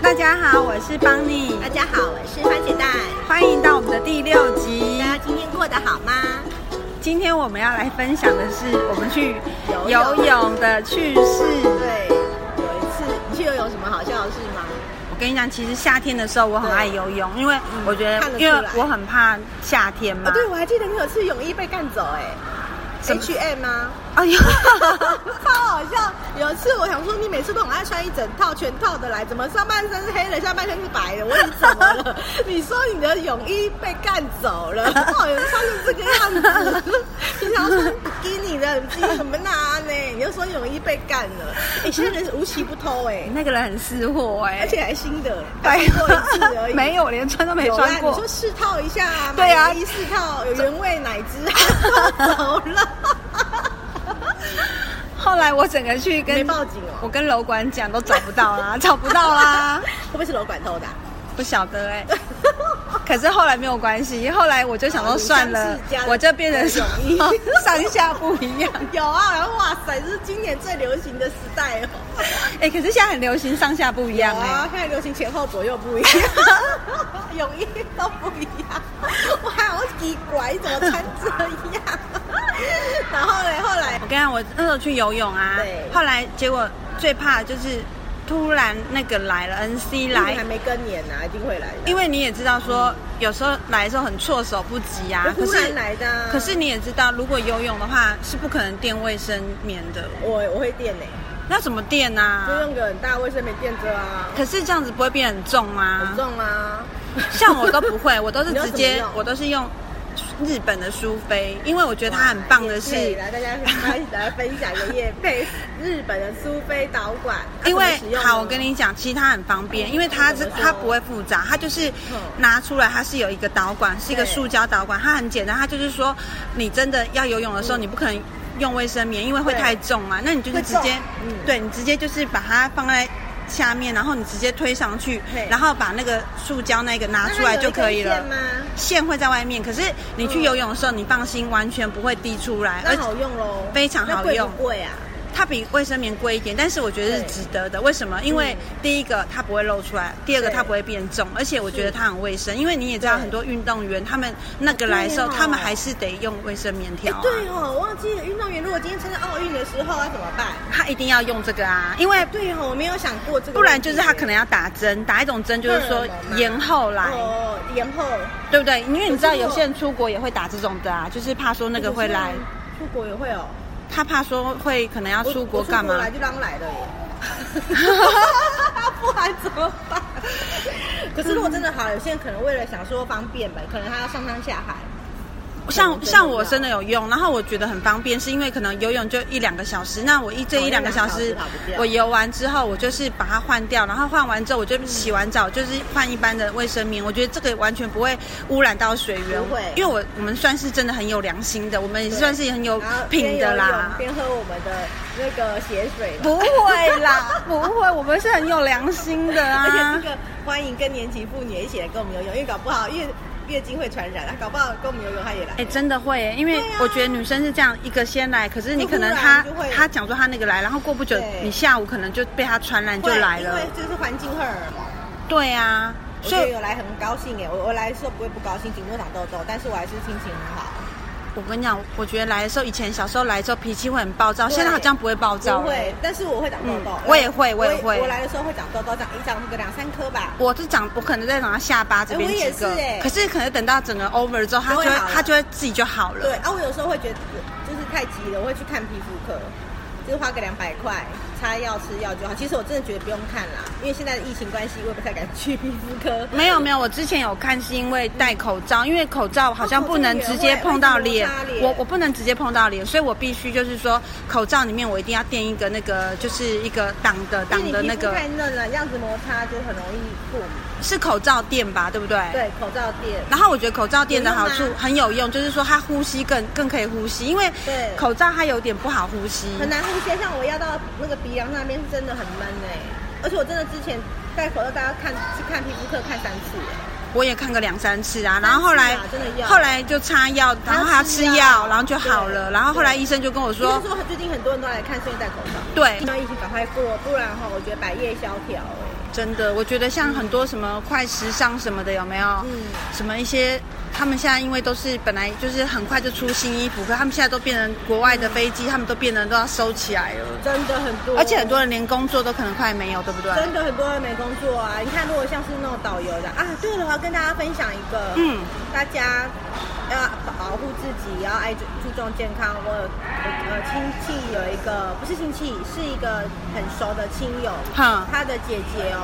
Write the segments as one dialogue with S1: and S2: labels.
S1: 大家好，我是邦尼，
S2: 大家好，我是番茄蛋。
S1: 欢迎到我们的第六集。
S2: 大家今天过得好吗？
S1: 今天我们要来分享的是我们去
S2: 游
S1: 游
S2: 泳
S1: 泳的趣事。
S2: 对，有一次你去游泳有什么好笑的事吗？
S1: 我跟你讲，其实夏天的时候我很爱游泳，因为我觉
S2: 嗯看
S1: 得，
S2: 得
S1: 因为
S2: 出来
S1: 我很怕夏天嘛
S2: 啊，。对，我还记得你有次泳衣被干走、哎
S1: 什么
S2: ，H M 吗？
S1: 哎呦，
S2: 超好笑！有一次我想说，你每次都很爱穿一整套全套的来，怎么上半身是黑的，下半身是白的？我问你怎么 了？你说你的泳衣被干走 了，哦，有穿成这个样子，平常穿比基尼的，你自己怎么拿呢？你就说泳衣被干了，哎、现在人无奇不偷哎、
S1: 那个人很识货哎
S2: 而，且还新 的，才过一次而已。
S1: 没有，连穿都没
S2: 有啦
S1: 穿过
S2: 你。说试套一下、啊，
S1: 对啊
S2: 买一试套有原味奶汁， 走了，
S1: 后来我整个去跟
S2: 没报警哦
S1: 我跟楼管讲都找不到啦， 找不到啦，
S2: 会不会是楼管偷的啊、
S1: 不晓得哎、 可是后来没有关系，后来我就想说
S2: 哦
S1: 算了
S2: 你上次加，了
S1: 我就变成什
S2: 泳衣
S1: 么 上下不一样。
S2: 有啊，然后哇塞，这是今年最流行的时代哦。
S1: 哎、可是现在很流行上下不一样
S2: 有
S1: 哎、
S2: 啊，现在流行前后左右不一 样，泳衣都不一样。我好奇怪，怎么穿这样？ 然后嘞，后来
S1: 我跟你讲，我那时候去游泳啊
S2: 对，
S1: 后来结果最怕的就是突然那个来了 NC 来
S2: 你还，没更年呢、啊，一定会来的。
S1: 因为你也知道说，有时候来的时候很措手不及啊。可
S2: 忽
S1: 是
S2: 然来的、啊，
S1: 可是你也知道，如果游泳的话是不可能垫卫生棉的，
S2: 我我会欸垫呢、
S1: 那怎么垫
S2: 就
S1: 啊？
S2: 用个很大卫生棉垫着啊，
S1: 可是这样子不会变很重吗？
S2: 很重啊。
S1: 像我都不 会，我都是
S2: 你要
S1: 直接
S2: 怎么，用
S1: 我都是用日本的苏菲，因为我觉得它很棒的是，
S2: 来大家来来分享一个夜配日本的苏菲导管，它
S1: 因为
S2: 怎么使用呢嗯
S1: 好，我跟你讲，其实它很方便，因为它是
S2: 怎么说
S1: 它不会复杂，它就是
S2: 嗯
S1: 拿出来，它是有一个导管，是一个
S2: 对
S1: 塑胶导管，它很简单，它就是说你真的要游泳的时候，你不可能。用卫生棉，因为会
S2: 对
S1: 太重嘛，那你就是
S2: 嗯会
S1: 直
S2: 重
S1: 接，
S2: 嗯
S1: 对你直接就是把它放在下面，然后你直接推上去
S2: 对，
S1: 然后把那个塑胶那个拿
S2: 那它
S1: 出来
S2: 有一
S1: 就
S2: 根
S1: 可以了。
S2: 线吗？
S1: 线会在外面，可是你去
S2: 嗯
S1: 游泳的时候，你放心，完全不会滴出来，
S2: 那好用喽，
S1: 非常好用
S2: 那贵不贵啊？
S1: 它比卫生棉贵一点，但是我觉得是
S2: 对嗯
S1: 值得的。为什么？因为第一个它不会漏出来，第二个
S2: 对
S1: 它不会变重，而且我觉得它很卫生，因为你也知道
S2: 对
S1: 很多运动员他们那个来的时候，
S2: 对哦
S1: 他们还是得用卫生棉条、啊
S2: 对哦，我忘记了，运动员如果今天参加奥运的时候啊要怎么办？
S1: 他一定要用这个啊，因为
S2: 对哦，我没有想过这个问题，
S1: 不然就是他可能要打针，打一种针就是说
S2: 对妈妈
S1: 延后来，
S2: 嗯哦延后
S1: 对不对？因为你知道
S2: 可是我
S1: 有些人出国也会打这种的啊，就是怕说那个会来，，
S2: 出国也会哦，
S1: 他怕说会可能要
S2: 我
S1: 出
S2: 我
S1: 国干嘛？
S2: 来就当来了 耶。不然怎么办？可是如果真的好，有些人可能为了想说方便吧，可能他要上山下海。
S1: 像
S2: 真的
S1: 像我
S2: 要
S1: 真的有用，然后我觉得很方便，是因为可能游泳就一两个小时，那我一这
S2: 哦
S1: 一两个小
S2: 一
S1: 时
S2: 两个小时跑不，掉
S1: 我游完之后，我就是把它换掉，然后换完之后我就洗完澡，就是换一般的卫生棉，我觉得这个完全不会污染到水源
S2: 不会，
S1: 因为我我们算是真的很有良心的，我们也
S2: 对
S1: 算是很有
S2: 然后边
S1: 品的啦
S2: 游泳，边喝我们的那个血水嘛。
S1: 不会啦，不会，我们是很有良心的
S2: 而且
S1: 啊
S2: 这。个欢迎更年期妇女一起来跟我们游泳，因为搞不好月月经会传染，啊搞不好跟我们游泳她也来
S1: 哎、。真的会耶，因为
S2: 对啊
S1: 我觉得女生是这样，一个先来，可是你
S2: 就
S1: 可能
S2: 忽然
S1: 她
S2: 就会
S1: 她讲说她那个来，然后过不久
S2: 对
S1: 你下午可能就被她传染就
S2: 会
S1: 来了
S2: 因为。这是环境荷尔蒙。
S1: 对啊，
S2: 我
S1: 所
S2: 觉得
S1: 以
S2: 有来很高兴哎，我我来的时候不会不高兴，顶多长痘痘，但是我还是心情很好。
S1: 我跟你讲，我觉得来的时候，以前小时候来的时候脾气会很暴躁，
S2: 对
S1: 现在好像不会暴躁。
S2: 不会，，但是我会长痘痘
S1: 嗯。我也会我也会
S2: 我来的时候会长痘痘，长一长个两三颗吧。
S1: 我是长，我可能在长到下巴这边
S2: 哎我
S1: 几
S2: 也
S1: 个，
S2: 是哎
S1: 可是可能等到整个 over 之后，它就
S2: 就
S1: 会
S2: 会好了
S1: 它就会自己就好
S2: 对
S1: 了。
S2: 啊，我有时候会觉得就是太急了，我会去看皮肤科，就是花个两百块，擦药吃药就好。其实我真的觉得不用看啦，因为现在的疫情关系，我也不太敢去皮肤科。
S1: 没有没有，我之前有看是因为戴口罩，因为口罩好像不能直接碰到脸
S2: 哦口罩也，会
S1: 我我不能直接碰到脸，所以我必须就是说口罩里面我一定要垫一个那个就是一个挡的挡
S2: 因为
S1: 的
S2: 你
S1: 那
S2: 皮肤
S1: 个
S2: 太嫩了，这样子摩擦就很容易过敏。
S1: 是口罩垫吧，对不对？
S2: 对，口罩垫。
S1: 然后我觉得口罩垫的好处
S2: 有用吗
S1: 很有用，就是说它呼吸更更可以呼吸，因为
S2: 对
S1: 口罩它有点不好呼吸。
S2: 很难呼吸，像我压到那个鼻梁那边是真的很闷哎、而且我真的之前戴口罩，大家看去看皮肤科看三次、欸，
S1: 我也看个两三次啊，然后后来
S2: 三次啊真的要
S1: 后来就擦药，然后还要吃
S2: 还要吃
S1: 药，
S2: 药
S1: 然后就好了。
S2: 对
S1: 然后后来医生就跟我
S2: 听
S1: 说，
S2: 说最近很多人都来看，所以戴口罩，
S1: 对
S2: 一定要疫情赶快过，不然的话，我觉得百业萧条哎、
S1: 真的，我觉得像很多什么快时尚什么的，有没有？
S2: 嗯
S1: 什么一些，他们现在因为都是本来就是很快就出新衣服，可他们现在都变成国外的飞机，他们都变得都要收起来了，
S2: 嗯真的很多，
S1: 而且很多人连工作都可能快没有，对不对？
S2: 真的很多人没工作啊！你看，如果像是那种导游的啊，对了，我要跟大家分享一个，
S1: 嗯，
S2: 大家要保护自己，也要爱注注重健康。我有呃亲戚有一个，不是亲戚，是一个很熟的亲友，
S1: 哼
S2: 他的姐姐哦，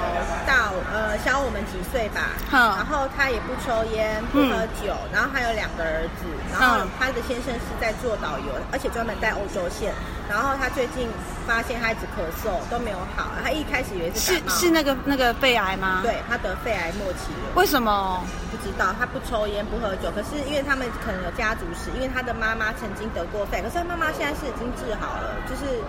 S2: 大我呃小我们几岁吧，
S1: 哼
S2: 然后他也不抽烟，不喝酒，然后还有两个儿子，然后
S1: 嗯
S2: 他的先生是在做导游，而且专门带欧洲线。然后他最近发现他一直咳嗽都没有好，他一开始以为是
S1: 是
S2: 感冒
S1: 是那个那个肺癌吗？，
S2: 对他得肺癌末期了，
S1: 为什么？
S2: 不知道他不抽烟不喝酒，可是因为他们可能有家族史，因为他的妈妈曾经得过肺，可是他妈妈现在是已经治好了，就是。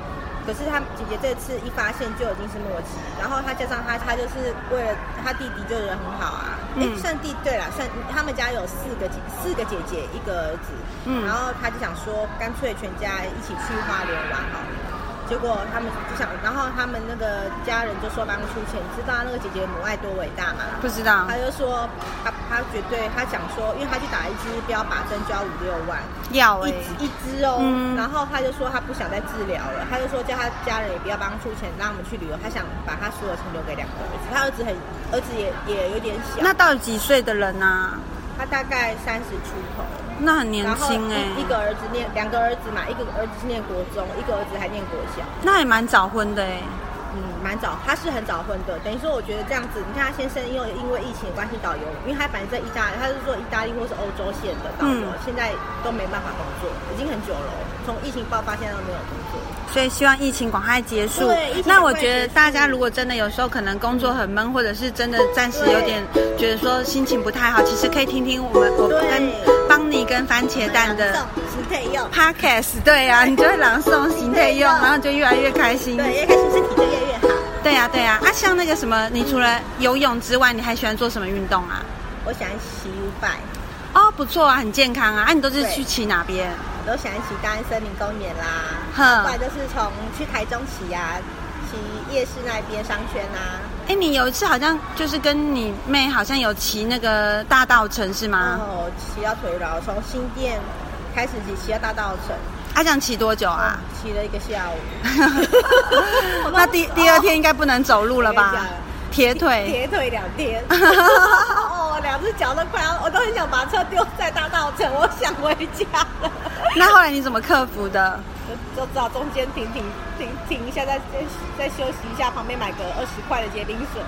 S2: 可是他姐姐这次一发现就已经是末期，然后他加上他，他就是为了他弟弟就人很好啊，哎、
S1: 嗯
S2: 算弟对啦，算他们家有四个姐四个姐姐一个儿子，
S1: 嗯
S2: 然后他就想说干脆全家一起去花莲玩好了。结果他们就想，然后他们那个家人就说帮他出钱，你知道那个姐姐母爱多伟大吗？
S1: 不知道
S2: 他就说，他他绝对，他讲说，因为他去打一支标靶针就要五六万，
S1: 要哎、
S2: 一一支哦。
S1: 嗯
S2: 然后他就说他不想再治疗了，他就说叫他家人也不要帮他出钱，让我们去旅游，他想把他所有钱留给两个儿子。他儿子很，儿子也也有点小，
S1: 那到底几岁的人啊？
S2: 他大概三十出头。
S1: 那很年
S2: 然后
S1: 轻哎、
S2: 一一个儿子念两个儿子嘛，一个儿子是念国中，一个儿子还念国小。
S1: 那也蛮早婚的哎、
S2: 嗯，蛮早，他是很早婚的。等于说，我觉得这样子，你看他先生因为因为疫情的关系导游，因为他本来在意大利，他是做意大利或是欧洲线的导游，
S1: 嗯
S2: 现在都没办法工作，已经很久了，从疫情爆发现在都没有工作。
S1: 所以希望疫情赶快结束
S2: 对疫情。
S1: 那
S2: 赶
S1: 我
S2: 快
S1: 觉
S2: 结
S1: 得
S2: 束
S1: 大家如果真的有时候可能工作很闷，或者是真的暂时有点觉得说心情不太好，其实可以听听我们我
S2: 对
S1: 跟邦尼跟番茄蛋的
S2: 只可以用，
S1: podcast，对呀、你就会朗诵行可以用，然后就越来越开心。
S2: 对，越开始身体就越越好。
S1: 对呀、对呀、啊。像那个什么，你除了游泳之外，你还喜欢做什么运动啊？
S2: 我喜欢骑 U 拜，
S1: 哦，不错啊，很健康啊。啊，你都是
S2: 对
S1: 去骑哪 边？
S2: 我都喜欢骑大安森林公园啦，
S1: 哼
S2: 不然就是从去台中骑啊，骑夜市那边商圈啊。
S1: 哎，你有一次好像就是跟你妹好像有骑那个大道城是吗？
S2: 然后骑到腿软，从新店开始骑，骑到大道城，
S1: 啊，这样骑多久 啊？
S2: 骑了一 个下午。
S1: 那第第二天应该不能走路了
S2: 哦我跟你
S1: 吧
S2: 讲？
S1: 铁腿，
S2: 铁腿两 天，哦，两只脚都快要，我都很想把车丢在大道城，我想回家 了。
S1: 那后来你怎么克服的？
S2: 就就只好中间停停停停一下，再再再休息一下，旁边买个二十块的结冰水，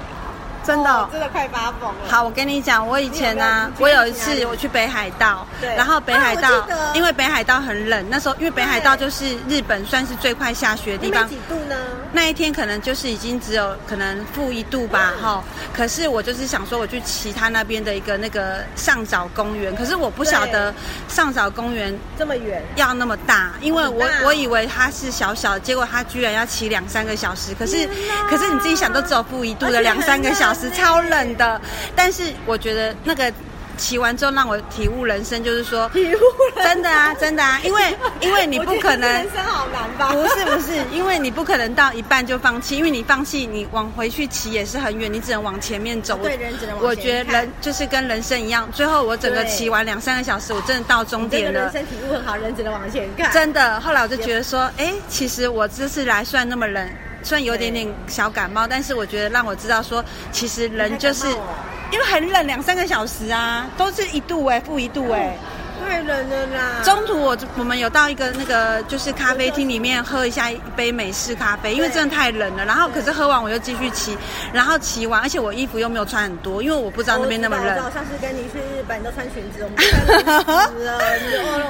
S1: 真的哦、
S2: 我真的快发疯了。
S1: 好，我跟你讲，我以前呢、啊，
S2: 你有
S1: 我
S2: 哦没有
S1: 有一
S2: 你去
S1: 次
S2: 哪里
S1: 我去北海道，
S2: 对
S1: 然后北海道
S2: 啊我记得，
S1: 因为北海道很冷，那时候因为北海道
S2: 对
S1: 就是日本算是最快下雪的
S2: 那
S1: 地方
S2: 边，几度呢？
S1: 那一天可能就是已经只有可能负一度吧，
S2: 嗯
S1: 哈、可是我就是想说，我去骑他那边的一个那个上沼公园，可是我不晓得上沼公园
S2: 这么远，
S1: 要那么大，因为我
S2: 很大哦
S1: 我以为它是小小的，结果它居然要骑两三个小时。可是
S2: 天哪
S1: 可是你自己想都只有负一度
S2: 而且
S1: 的两三个小时，
S2: 很冷
S1: 超冷的。但是我觉得那个骑完之后让我体悟人生，就是 说，
S2: 体悟了
S1: 真的啊，真的啊，因为因为你不可能
S2: 我觉得人生好难吧？
S1: 不是不是，因为你不可能到一半就放弃，因为你放弃，你往回去骑也是很远，你只能往前面走。我
S2: 对人只能往
S1: 我
S2: 前
S1: 觉得
S2: 看
S1: 人就是跟人生一样，最后我整个
S2: 对
S1: 骑完两三个小时，我真的到终
S2: 你 真
S1: 点
S2: 的人
S1: 了。
S2: 生体悟很好，人只能往前 看。
S1: 真的，后来我就觉得 说，哎，其实我这次来虽然那么冷，虽然有点点小感冒，但是我觉得让我知道说，其实人就是
S2: 你还感冒哦
S1: 因为很冷，两三个小时啊，都是一度哎、负一度哎、
S2: 太冷了啦！
S1: 中途我我们有到一个那个就是咖啡厅里面喝一下一杯美式咖啡，因为真的太冷了。然后可是喝完我又继续骑，然后骑完，而且我衣服又没有穿很多，因为我不知道那边那么
S2: 我哦知道我知道
S1: 冷
S2: 我。上次跟你去日本，你都穿裙子，我们都穿裙子了，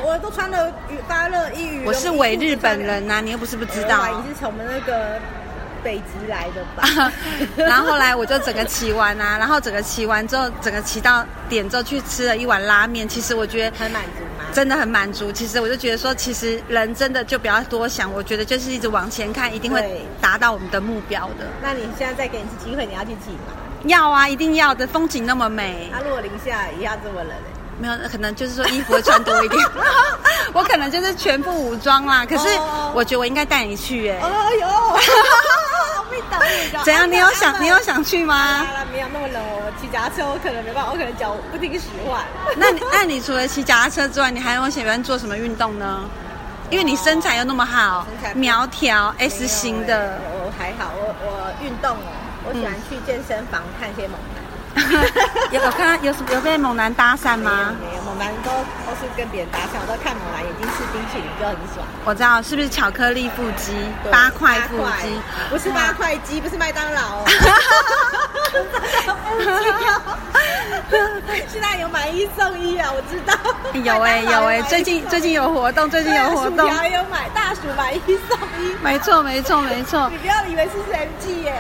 S2: 我我都穿了羽发热衣羽绒。
S1: 我是伪日本人呐、你又不是不知道。？
S2: 哎我怀疑你是从我们那个北极来的吧
S1: 然后后来我就整个骑完啊，然后整个骑完之后，整个骑到点之后去吃了一碗拉面。其实我觉得
S2: 很满足吗？
S1: 真的很满足。其实我就觉得说，其实人真的就不要多想，我觉得就是一直往前看，一定会
S2: 对
S1: 达到我们的目标的。
S2: 那你现在再给你一次机会，你要去挤吗？
S1: 要啊，一定要的，风景那么美，
S2: 啊，如果零下一下这么冷、
S1: 没有啊可能就是说衣服会穿多一 点，我可能就是全副武装啦。可是
S2: 哦
S1: 我觉得我应该带你去哎、
S2: 哦呦，好被到 那个。
S1: 怎样？你有
S2: 啊
S1: 想你有？想去吗？
S2: 啊，没有那么冷，我骑脚踏车我可能没办法，我可能脚不听使唤。
S1: 那你那你除了骑脚踏车之外，你还有喜欢做什么运动呢？因为你身材又那么好
S2: 身材，不
S1: 苗条 S
S2: 没有
S1: 型
S2: 欸
S1: 的，
S2: 我我还好，我我运动哦，我喜欢去健身房看一些猛男。
S1: 嗯 有我看到有什么有被猛男搭讪吗？
S2: 没有没有猛男都都是跟别人搭讪，我都看猛男眼睛吃冰淇淋就很爽。
S1: 我知道是不是巧克力腹肌
S2: 对，
S1: 八块腹肌，
S2: 不是八块肌，不是麦当 劳、哦。现在有买一送一啊，我知道。
S1: 有 哎、
S2: 麦当劳
S1: 有哎、
S2: 买一
S1: 最近
S2: 送
S1: 最近有活动，最近有活
S2: 对啊
S1: 动
S2: 薯，条有买大薯买一送一。
S1: 没错没错没错
S2: 你。不要以为是 MG 耶。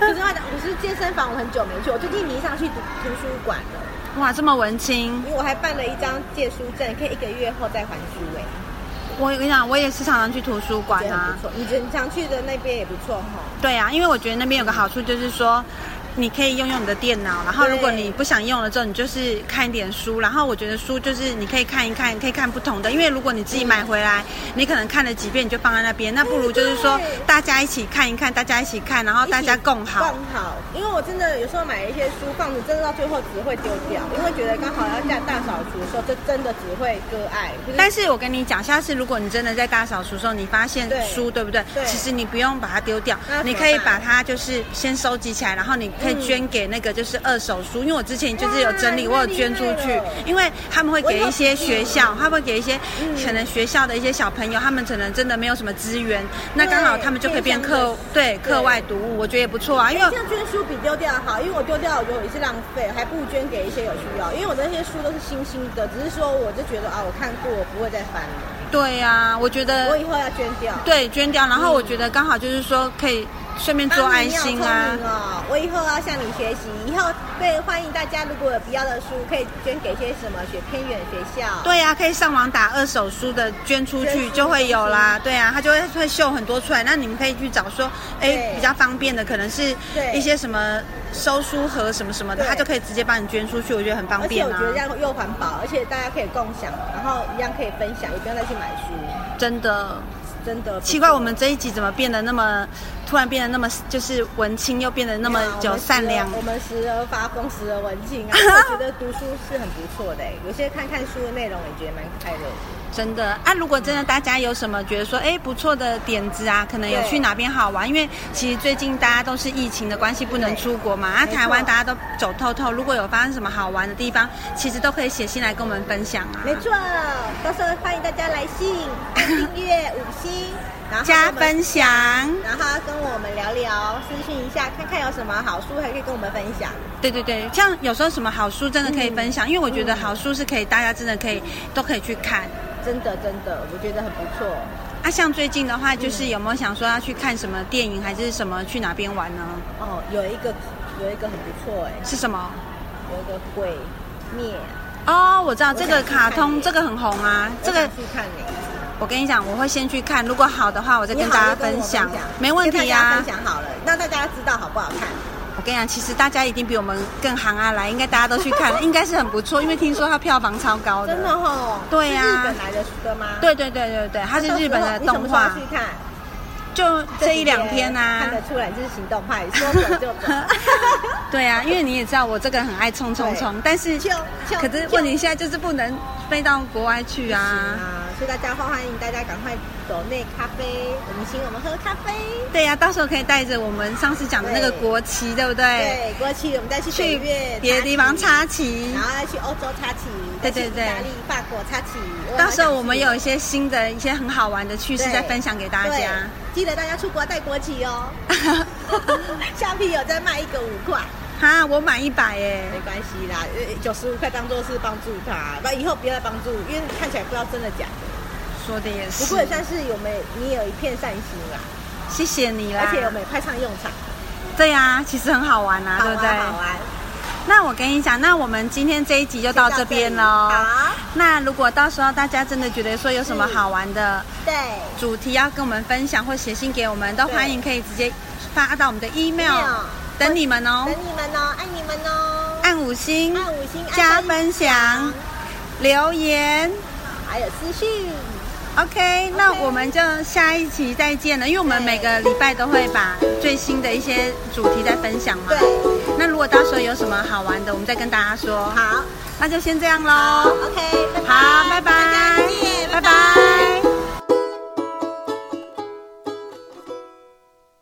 S2: 可是话讲，我是健身房，我很久没去，我最近迷上去图图书馆了，
S1: 哇，这么文青！
S2: 因为我还办了一张借书证，可以一个月后再还书哎，
S1: 我跟你讲，我也是常常去图书馆
S2: 觉得很
S1: 啊
S2: 不。错。你经常去的那边也不错哈。
S1: 对啊，因为我觉得那边有个好处就是说，你可以用用你的电脑，然后
S2: 对
S1: 如果你不想用了之后，你就是看一点书。然后我觉得书就是你可以看一看，可以看不同的，因为如果你自己买回来，你可能看了几遍你就放在那边，那不如就是说
S2: 对
S1: 大家一起看一看，大家一起看，然后大家共好
S2: 共。好，因为我真的有时候买一些书放着，真的到最后只会丢掉，因为觉得刚好要下大扫除的时候，这真的只会割爱。就是
S1: 但是我跟你讲，下次如果你真的在大扫除的时候，你发现
S2: 对
S1: 书，对不对？
S2: 对
S1: 其实你不用把它丢掉
S2: 那，怎么
S1: 你可以
S2: 办
S1: 把它就是先收集起来，然后你可以捐给那个就是二手书，因为我之前就是有整理，
S2: 哇
S1: 我有捐出
S2: 太厉
S1: 去
S2: 害了，
S1: 因为他们会给一些
S2: 我有嗯
S1: 学校，他会给一些可能学校的一些小朋友，他们可能真的没有什么资源，那刚好他们就可以变
S2: 偏向
S1: 课
S2: 的
S1: 对
S2: 对
S1: 课外读物，我觉得也不错啊，因为
S2: 这。样捐书比丢掉好，因为我丢掉我觉得也是浪费，还不如捐给一些有需要。因为我的那些书都是新新的，只是说我就觉得啊，我看过，我不会再翻了，
S1: 对呀、我觉得
S2: 我以后要捐掉。
S1: 对捐掉，然后我觉得刚好就是说可以顺便做
S2: 妈咪
S1: 安
S2: 你好
S1: 心
S2: 聪
S1: 啊
S2: 明。哦，我以后要向你学习。以后对欢迎大家，如果有必要的书，可以捐给一些什么学偏远学校。
S1: 对呀、可以上网打二手书的捐出
S2: 捐
S1: 去
S2: 出
S1: 就会有啦。对啊，它就会会秀很多出来，那你们可以去找说，哎
S2: 对，
S1: 比较方便的可能是
S2: 对
S1: 一些什么收书盒什么什么的，
S2: 对
S1: 它就可以直接帮你捐出去，我觉得很方
S2: 而且
S1: 便
S2: 我
S1: 啊
S2: 觉。得这样又环保，而且大家可以共享，然后一样可以分享，也不用再去买书，
S1: 真的
S2: 真的不错
S1: 奇怪，我们这一集怎么变得那么突然变得那么就是文青，又变得那么
S2: 没有啊我
S1: 有
S2: 们
S1: 善
S2: 时而
S1: 良？
S2: 我们时而发疯，时而文 静啊。我觉得读书是很不错的、欸有些看看书的内容，也觉得蛮快乐的。
S1: 真的啊！如果真的大家有什么觉得说，哎，不错的点子啊，可能有
S2: 对
S1: 去哪边好玩？因为其实最近大家都是疫情的关系，不能出国嘛。啊，
S2: 没错
S1: 台湾大家都走透透，如果有发生什么好玩的地方，其实都可以写信来跟我们分享啊。
S2: 没错，到时候欢迎大家来信、按订阅、五星，然后
S1: 加
S2: 跟我们
S1: 分享，
S2: 然后跟我们聊聊，私讯一下，看看有什么好书，还可以跟我们分享。
S1: 对对对，像有时候什么好书真的可以分
S2: 嗯
S1: 享，因为我觉得好书是可以大家真的可以都可以去看。
S2: 真的，真的，我觉得很不错。
S1: 啊，像最近的话，就是有没有想说要去看什么电影，还是什么去哪边玩呢？
S2: 哦，有一个，有一个很不错哎、
S1: 是什么？
S2: 有一个鬼灭，
S1: 哦，我知道这个
S2: 想去
S1: 卡
S2: 看
S1: 通，
S2: 耶
S1: 这个很红啊，这
S2: 我
S1: 个
S2: 想去看你、
S1: 我跟你讲，我会先去看，如果好的话，我再
S2: 你
S1: 跟
S2: 好
S1: 大家
S2: 就跟我
S1: 分享，
S2: 分
S1: 没问题
S2: 跟大家
S1: 啊
S2: 分。享好了，让大家知道好不好看。
S1: 我跟你讲，其实大家一定比我们更行啊，来，应该大家都去 看了，应该是很不错，因为听说它票房超高的。
S2: 真的吼，
S1: 对呀
S2: 是日本来的歌吗？
S1: 对对对对对，它
S2: 那
S1: 是
S2: 到时候，
S1: 日本的动
S2: 你
S1: 画
S2: 什么时候，去看？
S1: 就这一两天啊
S2: 看。得出来这是行动派，说走就 走。
S1: 对啊，因为你也知道我这个人很爱冲冲冲，但是
S2: 就就
S1: 可是
S2: 就
S1: 问题现在就是不能飞到国外去啊。
S2: 啊，所以大家欢迎大家赶快走内咖啡，我们请我们喝咖啡。
S1: 对呀、到时候可以带着我们上次讲的那个
S2: 对
S1: 国旗，对不对？
S2: 对，过去我们再去
S1: 去
S2: 北越
S1: 别的地方
S2: 插
S1: 插旗
S2: 旗，然。后再去欧洲插旗，
S1: 对
S2: 再去
S1: 对对
S2: 意大利、法国插旗。我
S1: 到时候我们
S2: 蛮想去
S1: 有一些新的一些很好玩的趣事
S2: 对
S1: 再分享给大
S2: 对
S1: 家。
S2: 记得大家出国带国 旗哦。 橡皮有在卖一个五块，
S1: 哈，我满一百耶！
S2: 没关系啦，九十五块当做是帮助他，不以后不要再帮助，因为看起来不知道真的假的。
S1: 说的也是。
S2: 不过也算是我们你有一片善心啦，
S1: 谢谢你啦。
S2: 而且我们也派上用场，
S1: 对呀、其实很好玩啊，
S2: 好
S1: 对
S2: 玩
S1: 不对？
S2: 好玩，
S1: 那我跟你讲，那我们今天这一集就到这边
S2: 啊
S1: 哦喽
S2: 就到。这里好，
S1: 那如果到时候大家真的觉得说有什么
S2: 嗯
S1: 好玩的
S2: 对，
S1: 主题要跟我们分享或写信给我们，都
S2: 对
S1: 欢迎可以直接发到我们的 email，
S2: email
S1: 等你们哦
S2: 等。你们哦，爱你们哦，
S1: 按五星，
S2: 按五星，按
S1: 加
S2: 三
S1: 分享，留言。
S2: 还有私讯，
S1: OK，那我们就下一期再见了，因为我们每个礼拜都会把最新的一些主题再分享嘛。
S2: 对，
S1: 那如果到时候有什么好玩的，我们再跟大家说。，
S2: 好，
S1: 那就先这样
S2: 好
S1: 喽。
S2: ，OK，拜拜。
S1: 好，